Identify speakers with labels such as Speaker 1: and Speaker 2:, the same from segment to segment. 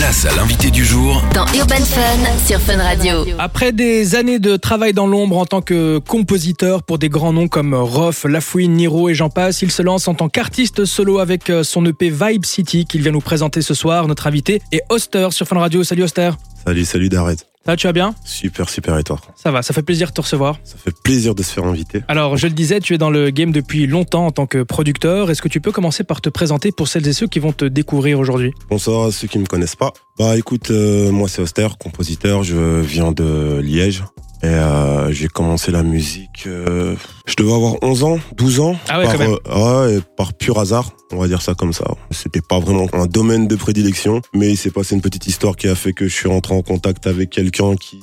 Speaker 1: Place à l'invité du jour
Speaker 2: Dans Urban Fun sur Fun Radio.
Speaker 3: Après des années de travail dans l'ombre en tant que compositeur pour des grands noms comme Roth, Lafouine, Niro et j'en passe, il se lance en tant qu'artiste solo avec euh, son EP Vibe City qu'il vient nous présenter ce soir. Notre invité est Oster sur Fun Radio. Salut Oster.
Speaker 4: Salut, salut d'arrête.
Speaker 3: Ça va, tu vas bien
Speaker 4: Super, super et toi
Speaker 3: Ça va, ça fait plaisir de te recevoir.
Speaker 4: Ça fait plaisir de se faire inviter.
Speaker 3: Alors, je le disais, tu es dans le game depuis longtemps en tant que producteur. Est-ce que tu peux commencer par te présenter pour celles et ceux qui vont te découvrir aujourd'hui
Speaker 4: Bonsoir à ceux qui me connaissent pas. Bah écoute, euh, moi c'est Auster, compositeur, je viens de Liège. Et euh, j'ai commencé la musique, euh, je devais avoir 11 ans, 12 ans.
Speaker 3: Ah ouais,
Speaker 4: par,
Speaker 3: quand même.
Speaker 4: euh, ouais, et par pur hasard, on va dire ça comme ça. C'était pas vraiment un domaine de prédilection, mais il s'est passé une petite histoire qui a fait que je suis rentré en contact avec quelqu'un qui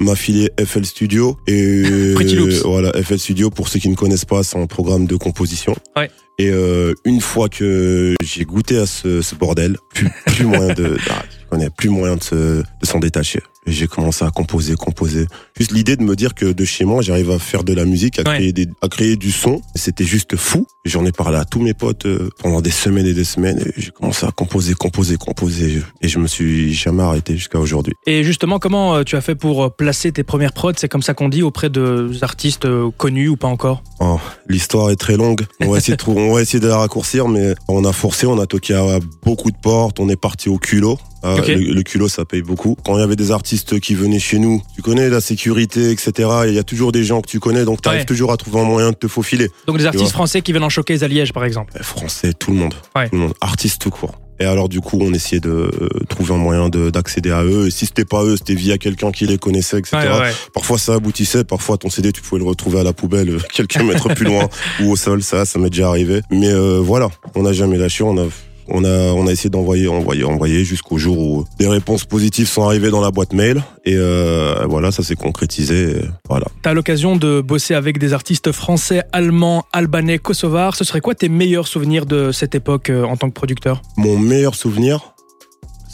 Speaker 4: m'a filé FL Studio. Et
Speaker 3: Pretty Loops.
Speaker 4: Voilà, FL Studio, pour ceux qui ne connaissent pas, c'est un programme de composition.
Speaker 3: Ouais.
Speaker 4: Et euh, une fois que j'ai goûté à ce, ce bordel, plus, plus moyen de, ah, tu connais, plus moyen de se- de s'en détacher. Et J'ai commencé à composer, composer. Juste l'idée de me dire que de chez moi, j'arrive à faire de la musique, à,
Speaker 3: Ouais.
Speaker 4: créer, des, à créer du son. C'était juste fou. J'en ai parlé à tous mes potes euh, pendant des semaines et des semaines. Et J'ai commencé à composer, composer, composer. Et je me suis jamais arrêté jusqu'à aujourd'hui.
Speaker 3: Et justement, comment euh, tu as fait pour euh, placer tes premières prods C'est comme ça qu'on dit auprès de artistes euh, connus ou pas encore
Speaker 4: Oh, l'histoire est très longue. On va essayer de trouver, on va essayer de la raccourcir, mais on a forcé, on a toqué à beaucoup de portes, on est parti au culot. Euh,
Speaker 3: Ok.
Speaker 4: le, le culot, ça paye beaucoup. Quand il y avait des artistes qui venaient chez nous, tu connais la sécurité, etc. et Il y a toujours des gens que tu connais, donc tu arrives
Speaker 3: Ouais.
Speaker 4: toujours à trouver un moyen de te faufiler.
Speaker 3: Donc des artistes
Speaker 4: vois.
Speaker 3: français qui viennent en showcase à Liège, par exemple.
Speaker 4: Eh, Français, tout le monde,
Speaker 3: Ouais.
Speaker 4: tout le monde, artistes tout court. Et alors du coup, on essayait de euh, trouver un moyen de- d'accéder à eux. Et si c'était pas eux, c'était via quelqu'un qui les connaissait, etc.
Speaker 3: Ouais, ouais, ouais.
Speaker 4: Parfois ça aboutissait, parfois ton CD tu pouvais le retrouver à la poubelle, euh, quelques mètres plus loin ou au sol, ça, ça m'est déjà arrivé. Mais euh, voilà, on n'a jamais lâché, on a, on a, on a essayé d'envoyer, envoyer, envoyer jusqu'au jour où des réponses positives sont arrivées dans la boîte mail et euh, voilà, ça s'est concrétisé. et Voilà.
Speaker 3: T'as l'occasion de bosser avec des artistes français, allemands, albanais, kosovars. Ce serait quoi tes meilleurs souvenirs de cette époque euh, en tant que producteur
Speaker 4: Mon meilleur souvenir,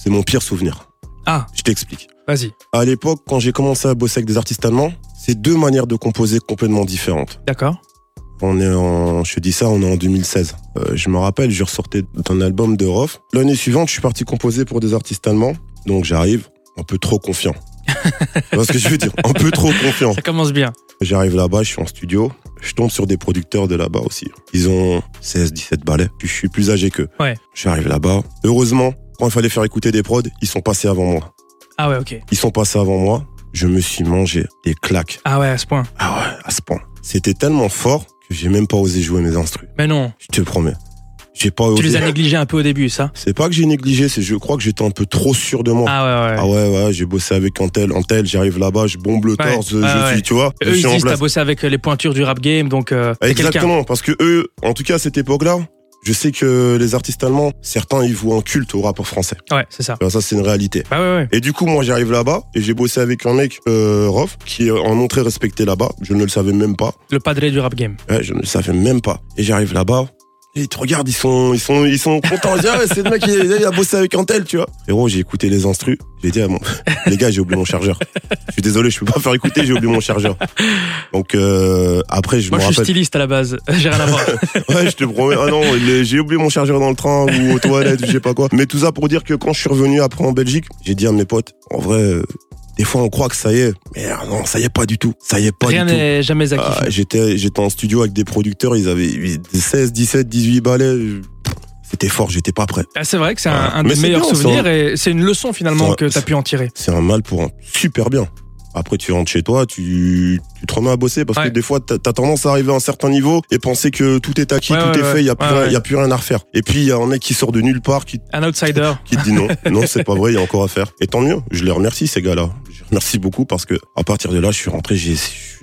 Speaker 4: c'est mon pire souvenir.
Speaker 3: Ah.
Speaker 4: Je t'explique.
Speaker 3: Vas-y,
Speaker 4: À l'époque, quand j'ai commencé à bosser avec des artistes allemands, c'est deux manières de composer complètement différentes.
Speaker 3: d'accord.
Speaker 4: On est en, je dis ça, on est en 2016. Euh, je me rappelle, je ressortais d'un album de Rof. L'année suivante, je suis parti composer pour des artistes allemands. Donc j'arrive un peu trop confiant. tu vois ce que je veux dire Un peu trop confiant.
Speaker 3: Ça commence bien.
Speaker 4: J'arrive là-bas, je suis en studio. Je tombe sur des producteurs de là-bas aussi. Ils ont 16, 17 balais. Puis je suis plus âgé qu'eux.
Speaker 3: Ouais.
Speaker 4: J'arrive là-bas. Heureusement, quand il fallait faire écouter des prods, ils sont passés avant moi.
Speaker 3: Ah ouais, ok.
Speaker 4: Ils sont passés avant moi. Je me suis mangé des claques.
Speaker 3: Ah ouais, à ce point.
Speaker 4: Ah ouais, à ce point. C'était tellement fort que j'ai même pas osé jouer mes instrus.
Speaker 3: Mais non,
Speaker 4: Je te promets. J'ai pas
Speaker 3: tu
Speaker 4: osé.
Speaker 3: les as négligés un peu au début, ça
Speaker 4: C'est pas que j'ai négligé, c'est je crois que j'étais un peu trop sûr de moi.
Speaker 3: Ah ouais, ouais.
Speaker 4: Ah ouais, ouais, j'ai bossé avec un tel, un tel, j'arrive là-bas, je bombe le
Speaker 3: Ouais,
Speaker 4: torse,
Speaker 3: ouais,
Speaker 4: je
Speaker 3: ouais.
Speaker 4: suis, tu vois, je
Speaker 3: Eux, ils
Speaker 4: suis en
Speaker 3: disent t'as
Speaker 4: place.
Speaker 3: bossé avec les pointures du rap game, donc euh, t'es quelqu'un.
Speaker 4: Exactement, parce que eux, en tout cas à cette époque-là, je sais que les artistes allemands, certains ils vouent un culte au rapport français.
Speaker 3: Ouais, c'est ça.
Speaker 4: Alors ça, c'est une réalité.
Speaker 3: Bah ouais, ouais.
Speaker 4: Et du coup, moi, j'arrive là-bas et j'ai bossé avec un mec, euh, Rof, qui est un nom très respecté là-bas. Je ne le savais même pas.
Speaker 3: Le padré du rap game.
Speaker 4: Ouais, je ne le savais même pas. Et j'arrive là-bas. Et ils te regardent, ils sont, ils sont, ils sont contents. Ils disent, ah, c'est le mec, il, il a bossé avec un tel, tu vois. Frérot, j'ai écouté les instrus. J'ai dit, ah, bon, les gars, j'ai oublié mon chargeur. Je suis désolé, je peux pas faire écouter, j'ai oublié mon chargeur. Donc, euh, après, je
Speaker 3: Moi,
Speaker 4: me
Speaker 3: je suis
Speaker 4: rappelle.
Speaker 3: styliste à la base. J'ai rien à voir.
Speaker 4: Ouais, je te promets. Ah non, les- j'ai oublié mon chargeur dans le train ou aux toilettes, ou je sais pas quoi. Mais tout ça pour dire que quand je suis revenu après en Belgique, j'ai dit à mes potes, en vrai, euh, des fois on croit que ça y est. Mais ah non, ça y est pas du tout. Ça y est pas
Speaker 3: Rien
Speaker 4: du tout.
Speaker 3: n'est jamais acquis.
Speaker 4: Ah, j'étais j'étais en studio avec des producteurs, ils avaient ils- 16, 17, 18 balais. je- C'était fort, j'étais pas prêt.
Speaker 3: Ah, c'est vrai que c'est un,
Speaker 4: Ah.
Speaker 3: un
Speaker 4: Mais
Speaker 3: des
Speaker 4: c'est
Speaker 3: meilleurs
Speaker 4: bien, ça.
Speaker 3: souvenirs et c'est une leçon finalement
Speaker 4: Ça-
Speaker 3: que t'as pu en tirer.
Speaker 4: C'est un mal pour un super bien. Après, tu rentres chez toi, tu, tu te remets à bosser parce
Speaker 3: Ouais.
Speaker 4: que des fois, t'as t'as tendance à arriver à un certain niveau et penser que tout est acquis,
Speaker 3: Ouais,
Speaker 4: tout
Speaker 3: ouais,
Speaker 4: est
Speaker 3: ouais.
Speaker 4: fait, il n'y a, plus
Speaker 3: Ouais,
Speaker 4: rien-
Speaker 3: ouais.
Speaker 4: y a plus rien à refaire. Et puis, il y a un mec qui sort de nulle part qui,
Speaker 3: Un outsider.
Speaker 4: qui te dit non, non, c'est pas vrai, il y a encore à faire. Et tant mieux, je les remercie, ces gars-là. Je les remercie beaucoup parce que à partir de là, je suis rentré, j'ai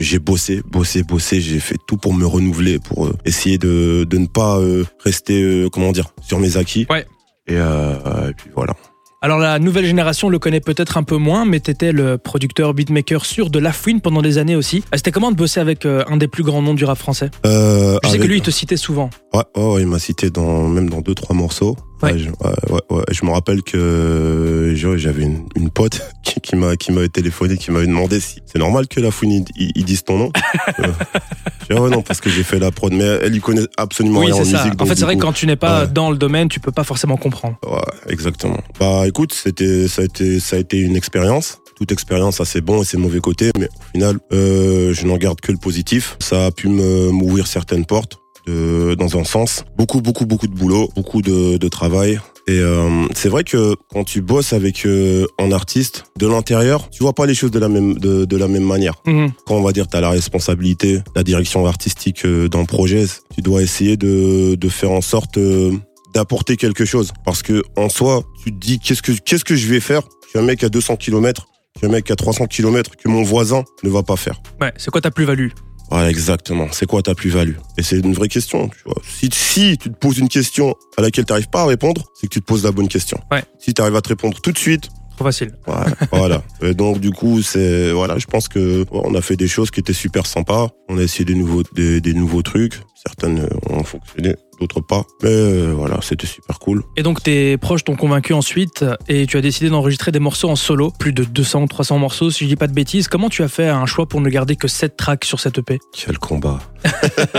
Speaker 4: j'ai bossé, bossé, bossé, j'ai fait tout pour me renouveler, pour euh, essayer de, de ne pas euh, rester, euh, comment dire, sur mes acquis.
Speaker 3: Ouais.
Speaker 4: Et, euh, et puis voilà.
Speaker 3: Alors la nouvelle génération le connaît peut-être un peu moins, mais t'étais le producteur beatmaker sûr de Lafouine pendant des années aussi. Ah, C'était comment de bosser avec euh, un des plus grands noms du rap français
Speaker 4: Euh,
Speaker 3: Je sais
Speaker 4: avec-
Speaker 3: que lui il te citait souvent.
Speaker 4: Ouais, ouais, ouais, il m'a cité dans, même dans deux, trois morceaux.
Speaker 3: Ouais.
Speaker 4: je, ouais, ouais. Je me rappelle que je- j'avais une, une pote qui, qui m'a qui m'avait téléphoné, qui m'avait demandé si c'est normal que la fouine il- il- ils disent ton nom. euh, je dis, ah ouais, non parce que j'ai fait la prod, mais elle y connaît absolument
Speaker 3: Oui,
Speaker 4: rien en
Speaker 3: c'est ça.
Speaker 4: musique.
Speaker 3: en
Speaker 4: donc
Speaker 3: fait,
Speaker 4: du
Speaker 3: c'est vrai que
Speaker 4: coup-
Speaker 3: quand tu n'es pas
Speaker 4: ouais.
Speaker 3: dans le domaine, tu peux pas forcément comprendre.
Speaker 4: Ouais, exactement. Bah écoute, c'était ça a été ça a été une expérience. Toute expérience a ses bons et ses mauvais côtés, mais au final, euh, je n'en garde que le positif. Ça a pu me- m'ouvrir certaines portes de- dans un sens. Beaucoup, beaucoup, beaucoup de boulot, beaucoup de, de travail. Et euh, c'est vrai que quand tu bosses avec euh, un artiste de l'intérieur, tu vois pas les choses de la même de- de la même manière
Speaker 3: Mhm.
Speaker 4: quand on va dire tu as la responsabilité, la direction artistique euh, d'un projet, tu dois essayer de, de faire en sorte euh, d'apporter quelque chose. Parce que en soi, tu te dis qu'est-ce que qu'est-ce que je vais faire qu'un mec à 200 km, qu'un mec à 300 km, que mon voisin ne va pas faire.
Speaker 3: Ouais, c'est quoi ta plus-value
Speaker 4: Voilà, exactement. C'est quoi ta plus-value Et c'est une vraie question. Tu vois. Si, si tu te poses une question à laquelle tu n'arrives pas à répondre, c'est que tu te poses la bonne question.
Speaker 3: Ouais.
Speaker 4: Si tu arrives à te répondre tout de suite,
Speaker 3: Trop facile.
Speaker 4: voilà, voilà. Et donc du coup, c'est voilà, je pense que ouais, on a fait des choses qui étaient super sympas. On a essayé des nouveaux des, des nouveaux trucs. Certaines euh, ont fonctionné, d'autres pas. Mais euh, voilà, c'était super cool.
Speaker 3: Et donc tes proches t'ont convaincu ensuite et tu as décidé d'enregistrer des morceaux en solo, plus de 200 ou 300 morceaux si je dis pas de bêtises. Comment tu as fait un choix pour ne garder que 7 tracks sur cette E EP
Speaker 4: Quel combat.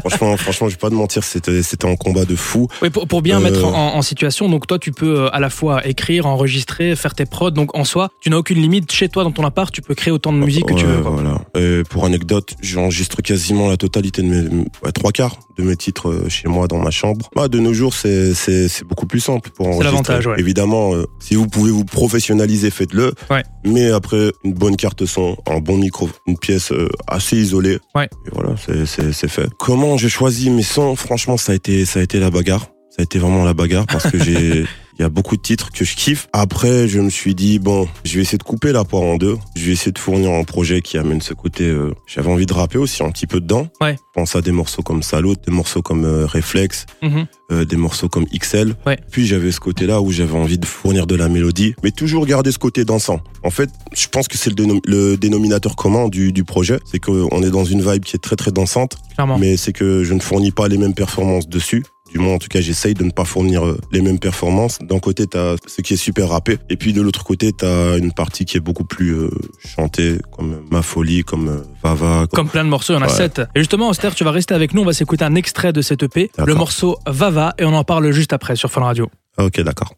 Speaker 4: franchement, franchement, je vais pas te mentir, c'était c'était un combat de fou.
Speaker 3: Oui, pour, pour bien
Speaker 4: Euh.
Speaker 3: mettre en, en situation, donc toi tu peux euh, à la fois écrire, enregistrer, faire tes prods, donc en soi tu n'as aucune limite chez toi dans ton appart, tu peux créer autant de musique que tu
Speaker 4: Ouais,
Speaker 3: veux. quoi.
Speaker 4: Voilà. Euh, pour anecdote, j'enregistre quasiment la totalité de mes ouais, trois quarts de mes titres euh, chez moi dans ma chambre. Bah, de nos jours, c'est c'est c'est beaucoup plus simple pour enregistrer.
Speaker 3: l'avantage, ouais.
Speaker 4: Évidemment, euh, si vous pouvez vous professionnaliser, faites-le.
Speaker 3: Ouais.
Speaker 4: Mais après une bonne carte son, un bon micro, une pièce euh, assez isolée.
Speaker 3: Ouais.
Speaker 4: Et voilà, c'est c'est c'est fait. Comment j'ai choisi mes sons Franchement, ça a été ça a été la bagarre. Ça a été vraiment la bagarre parce que j'ai il y a beaucoup de titres que je kiffe. Après, je me suis dit, bon, je vais essayer de couper la poire en deux. Je vais essayer de fournir un projet qui amène ce côté. euh, J'avais envie de rapper aussi un petit peu dedans.
Speaker 3: Ouais.
Speaker 4: Je pense à des morceaux comme Salaud, des morceaux comme euh, Réflexe,
Speaker 3: Mhm.
Speaker 4: euh, des morceaux comme XL.
Speaker 3: Ouais.
Speaker 4: Puis j'avais ce côté-là où j'avais envie de fournir de la mélodie, mais toujours garder ce côté dansant. En fait, je pense que c'est le, dénom- le dénominateur commun du, du projet. C'est qu'on est dans une vibe qui est très très dansante
Speaker 3: Clairement.
Speaker 4: mais c'est que je ne fournis pas les mêmes performances dessus. Du moins, en tout cas, j'essaye de ne pas fournir euh, les mêmes performances. D'un côté, t'as ce qui est super rappé, et puis de l'autre côté, t'as une partie qui est beaucoup plus euh, chantée, comme Ma Folie, comme euh, Vava. Comme...
Speaker 3: Comme plein de morceaux, il y en a
Speaker 4: Ouais.
Speaker 3: 7. Et justement, Auster, tu vas rester avec nous, on va s'écouter un extrait de cette EP, le
Speaker 4: D'accord.
Speaker 3: morceau Vava, et on en parle juste après sur Fun Radio.
Speaker 4: Ah, ok, d'accord.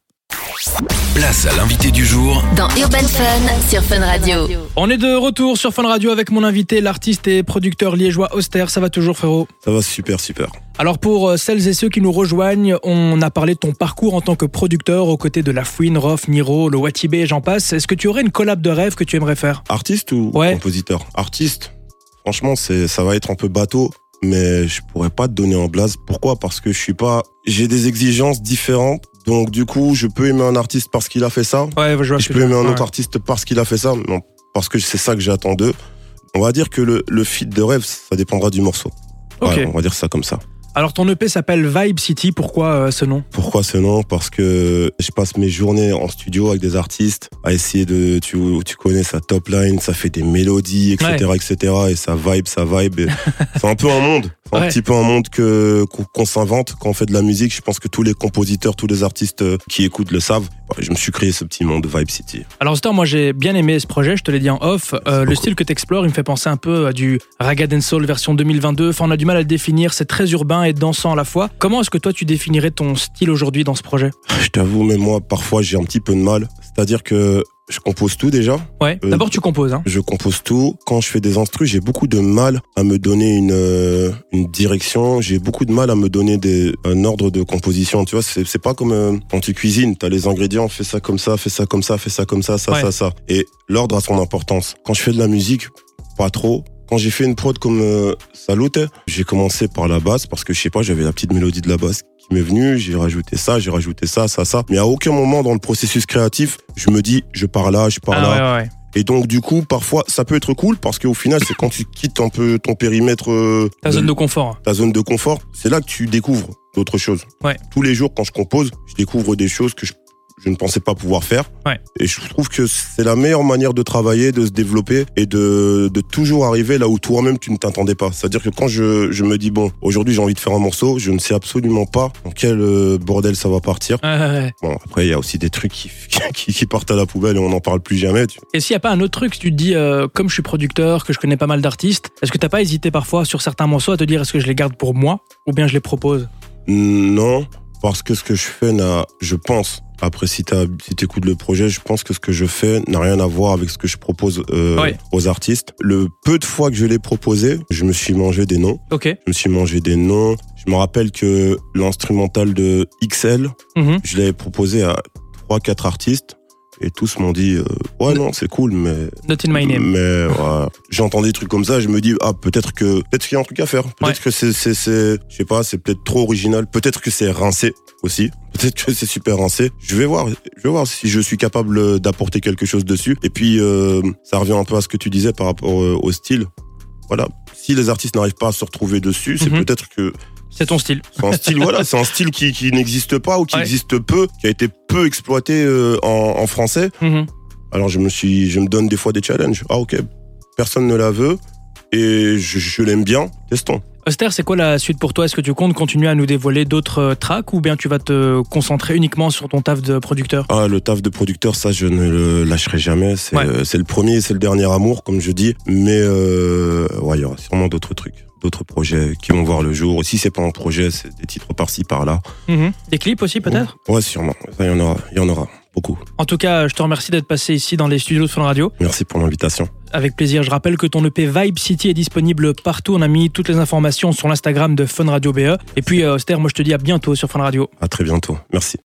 Speaker 1: Place à l'invité du jour
Speaker 2: Dans Urban Fun sur Fun Radio.
Speaker 3: On est de retour sur Fun Radio avec mon invité, l'artiste et producteur liégeois Auster. Ça va toujours, frérot
Speaker 4: Ça va super, super.
Speaker 3: Alors pour euh, celles et ceux qui nous rejoignent, on a parlé de ton parcours en tant que producteur aux côtés de La Fouine, Rof, Niro, le Watibé et j'en passe. Est-ce que tu aurais une collab de rêve que tu aimerais faire
Speaker 4: Artiste ou
Speaker 3: Ouais.
Speaker 4: compositeur Artiste. Franchement, c'est ça va être un peu bateau, mais je pourrais pas te donner en blase. Pourquoi Parce que je suis pas. J'ai des exigences différentes. Donc du coup, je peux aimer un artiste parce qu'il a fait ça,
Speaker 3: Ouais, je vois
Speaker 4: je peux aimer un autre artiste parce qu'il a fait ça, non, parce que c'est ça que j'attends d'eux. On va dire que le, le feed de rêve, ça dépendra du morceau.
Speaker 3: Ok.
Speaker 4: Ouais, on va dire ça comme ça.
Speaker 3: Alors ton EP s'appelle Vibe City, pourquoi euh, ce nom
Speaker 4: Pourquoi ce nom Parce que je passe mes journées en studio avec des artistes à essayer de. Tu, tu connais sa top line, ça fait des mélodies, etc. etc. et ça vibe, ça vibe. et c'est un peu un monde. C'est
Speaker 3: Ouais.
Speaker 4: un petit peu un monde que, qu'on, qu'on s'invente quand on fait de la musique. Je pense que tous les compositeurs, tous les artistes euh, qui écoutent le savent. Ouais, Je me suis créé ce petit monde Vibe City.
Speaker 3: Alors Auster, moi j'ai bien aimé ce projet, je te l'ai dit en off. Euh, le
Speaker 4: beaucoup.
Speaker 3: style que t'explores, il me fait penser un peu à du Raga Soul version 2022. Enfin, on a du mal à le définir, c'est très urbain et dansant à la fois. Comment est-ce que toi tu définirais ton style aujourd'hui dans ce projet
Speaker 4: Je t'avoue, mais moi, parfois, j'ai un petit peu de mal. C'est-à-dire que je compose tout déjà.
Speaker 3: Ouais,
Speaker 4: Euh,
Speaker 3: d'abord tu composes, hein.
Speaker 4: Je compose tout. Quand je fais des instrus, j'ai beaucoup de mal à me donner une, euh, une direction. J'ai beaucoup de mal à me donner des, un ordre de composition. Tu vois, c'est c'est pas comme euh, quand tu cuisines. T'as les ingrédients, fais ça comme ça, fais ça comme ça, fais ça comme ça, ça,
Speaker 3: Ouais.
Speaker 4: ça, ça. Et l'ordre a son importance. Quand je fais de la musique, pas trop. Quand j'ai fait une prod comme euh, Salute, j'ai commencé par la basse parce que je sais pas, j'avais la petite mélodie de la basse qui m'est venue, j'ai rajouté ça, j'ai rajouté ça, ça, ça. Mais à aucun moment dans le processus créatif, je me dis je pars là, je pars là.
Speaker 3: Ah ouais, ouais, ouais.
Speaker 4: Et donc du coup, parfois, ça peut être cool parce qu'au final, c'est quand tu quittes un peu ton périmètre, euh,
Speaker 3: Ta zone de confort.
Speaker 4: ta zone de confort, c'est là que tu découvres d'autres choses.
Speaker 3: Ouais.
Speaker 4: Tous les jours, quand je compose, je découvre des choses que je je ne pensais pas pouvoir faire.
Speaker 3: Ouais.
Speaker 4: Et je trouve que c'est la meilleure manière de travailler, de se développer et de, de toujours arriver là où toi-même tu ne t'attendais pas. C'est-à-dire que quand je, je me dis, bon, aujourd'hui j'ai envie de faire un morceau, je ne sais absolument pas dans quel euh, bordel ça va partir.
Speaker 3: Ouais, ouais, ouais.
Speaker 4: Bon, après, il y a aussi des trucs qui, qui, qui partent à la poubelle et on n'en parle plus jamais. tu-
Speaker 3: Et s'il n'y a pas un autre truc, tu te dis, euh, comme je suis producteur, que je connais pas mal d'artistes, est-ce que t'as pas hésité parfois sur certains morceaux à te dire est-ce que je les garde pour moi ou bien je les propose
Speaker 4: Non, parce que ce que je fais n'a, je pense. Après, si t'as- si t'écoutes le projet, je pense que ce que je fais n'a rien à voir avec ce que je propose euh,
Speaker 3: Ouais.
Speaker 4: aux artistes. Le peu de fois que je l'ai proposé, je me suis mangé des noms.
Speaker 3: Ok.
Speaker 4: Je me suis mangé des noms. Je me rappelle que l'instrumental de XL,
Speaker 3: Mhm.
Speaker 4: je l'avais proposé à trois, quatre artistes. Et tous m'ont dit, euh, ouais, non, c'est cool, mais
Speaker 3: Not in my name.
Speaker 4: mais ouais, j'entends des trucs comme ça, je me dis ah peut-être que peut-être qu'il y a un truc à faire. Peut-être
Speaker 3: Ouais.
Speaker 4: que c'est c'est c'est je sais pas, c'est peut-être trop original. Peut-être que c'est rincé aussi. Peut-être que c'est super rincé. Je vais voir, je vais voir si je suis capable d'apporter quelque chose dessus. Et puis euh, ça revient un peu à ce que tu disais par rapport euh, au style. Voilà, si les artistes n'arrivent pas à se retrouver dessus, c'est
Speaker 3: Mhm.
Speaker 4: peut-être que
Speaker 3: C'est ton style.
Speaker 4: c'est un style voilà, c'est un style qui qui n'existe pas ou qui
Speaker 3: Ouais.
Speaker 4: existe peu, qui a été peu exploité euh, en, en français.
Speaker 3: Mhm.
Speaker 4: Alors je me suis, je me donne des fois des challenges. Ah ok, personne ne la veut et je, je l'aime bien. Testons.
Speaker 3: Auster, c'est quoi la suite pour toi Est-ce que tu comptes continuer à nous dévoiler d'autres euh, tracks ou bien tu vas te concentrer uniquement sur ton taf de producteur
Speaker 4: Ah le taf de producteur, ça je ne le lâcherai jamais. C'est
Speaker 3: Ouais.
Speaker 4: euh, c'est le premier, et c'est le dernier amour comme je dis. Mais euh, ouais, il y aura sûrement d'autres trucs, d'autres projets qui vont voir le jour. Et si c'est pas un projet, c'est des titres par-ci par-là.
Speaker 3: Mhm. Des clips aussi peut-être
Speaker 4: Ouais sûrement. Ça, Il y en aura, il y en aura beaucoup.
Speaker 3: En tout cas, je te remercie d'être passé ici dans les studios de Fun Radio.
Speaker 4: Merci pour l'invitation.
Speaker 3: Avec plaisir, je rappelle que ton EP Vibe City est disponible partout. On a mis toutes les E. informations sur l'Instagram de Fun Radio BE. Et puis, euh, Auster, moi je te dis à bientôt sur Fun Radio.
Speaker 4: À très bientôt. Merci.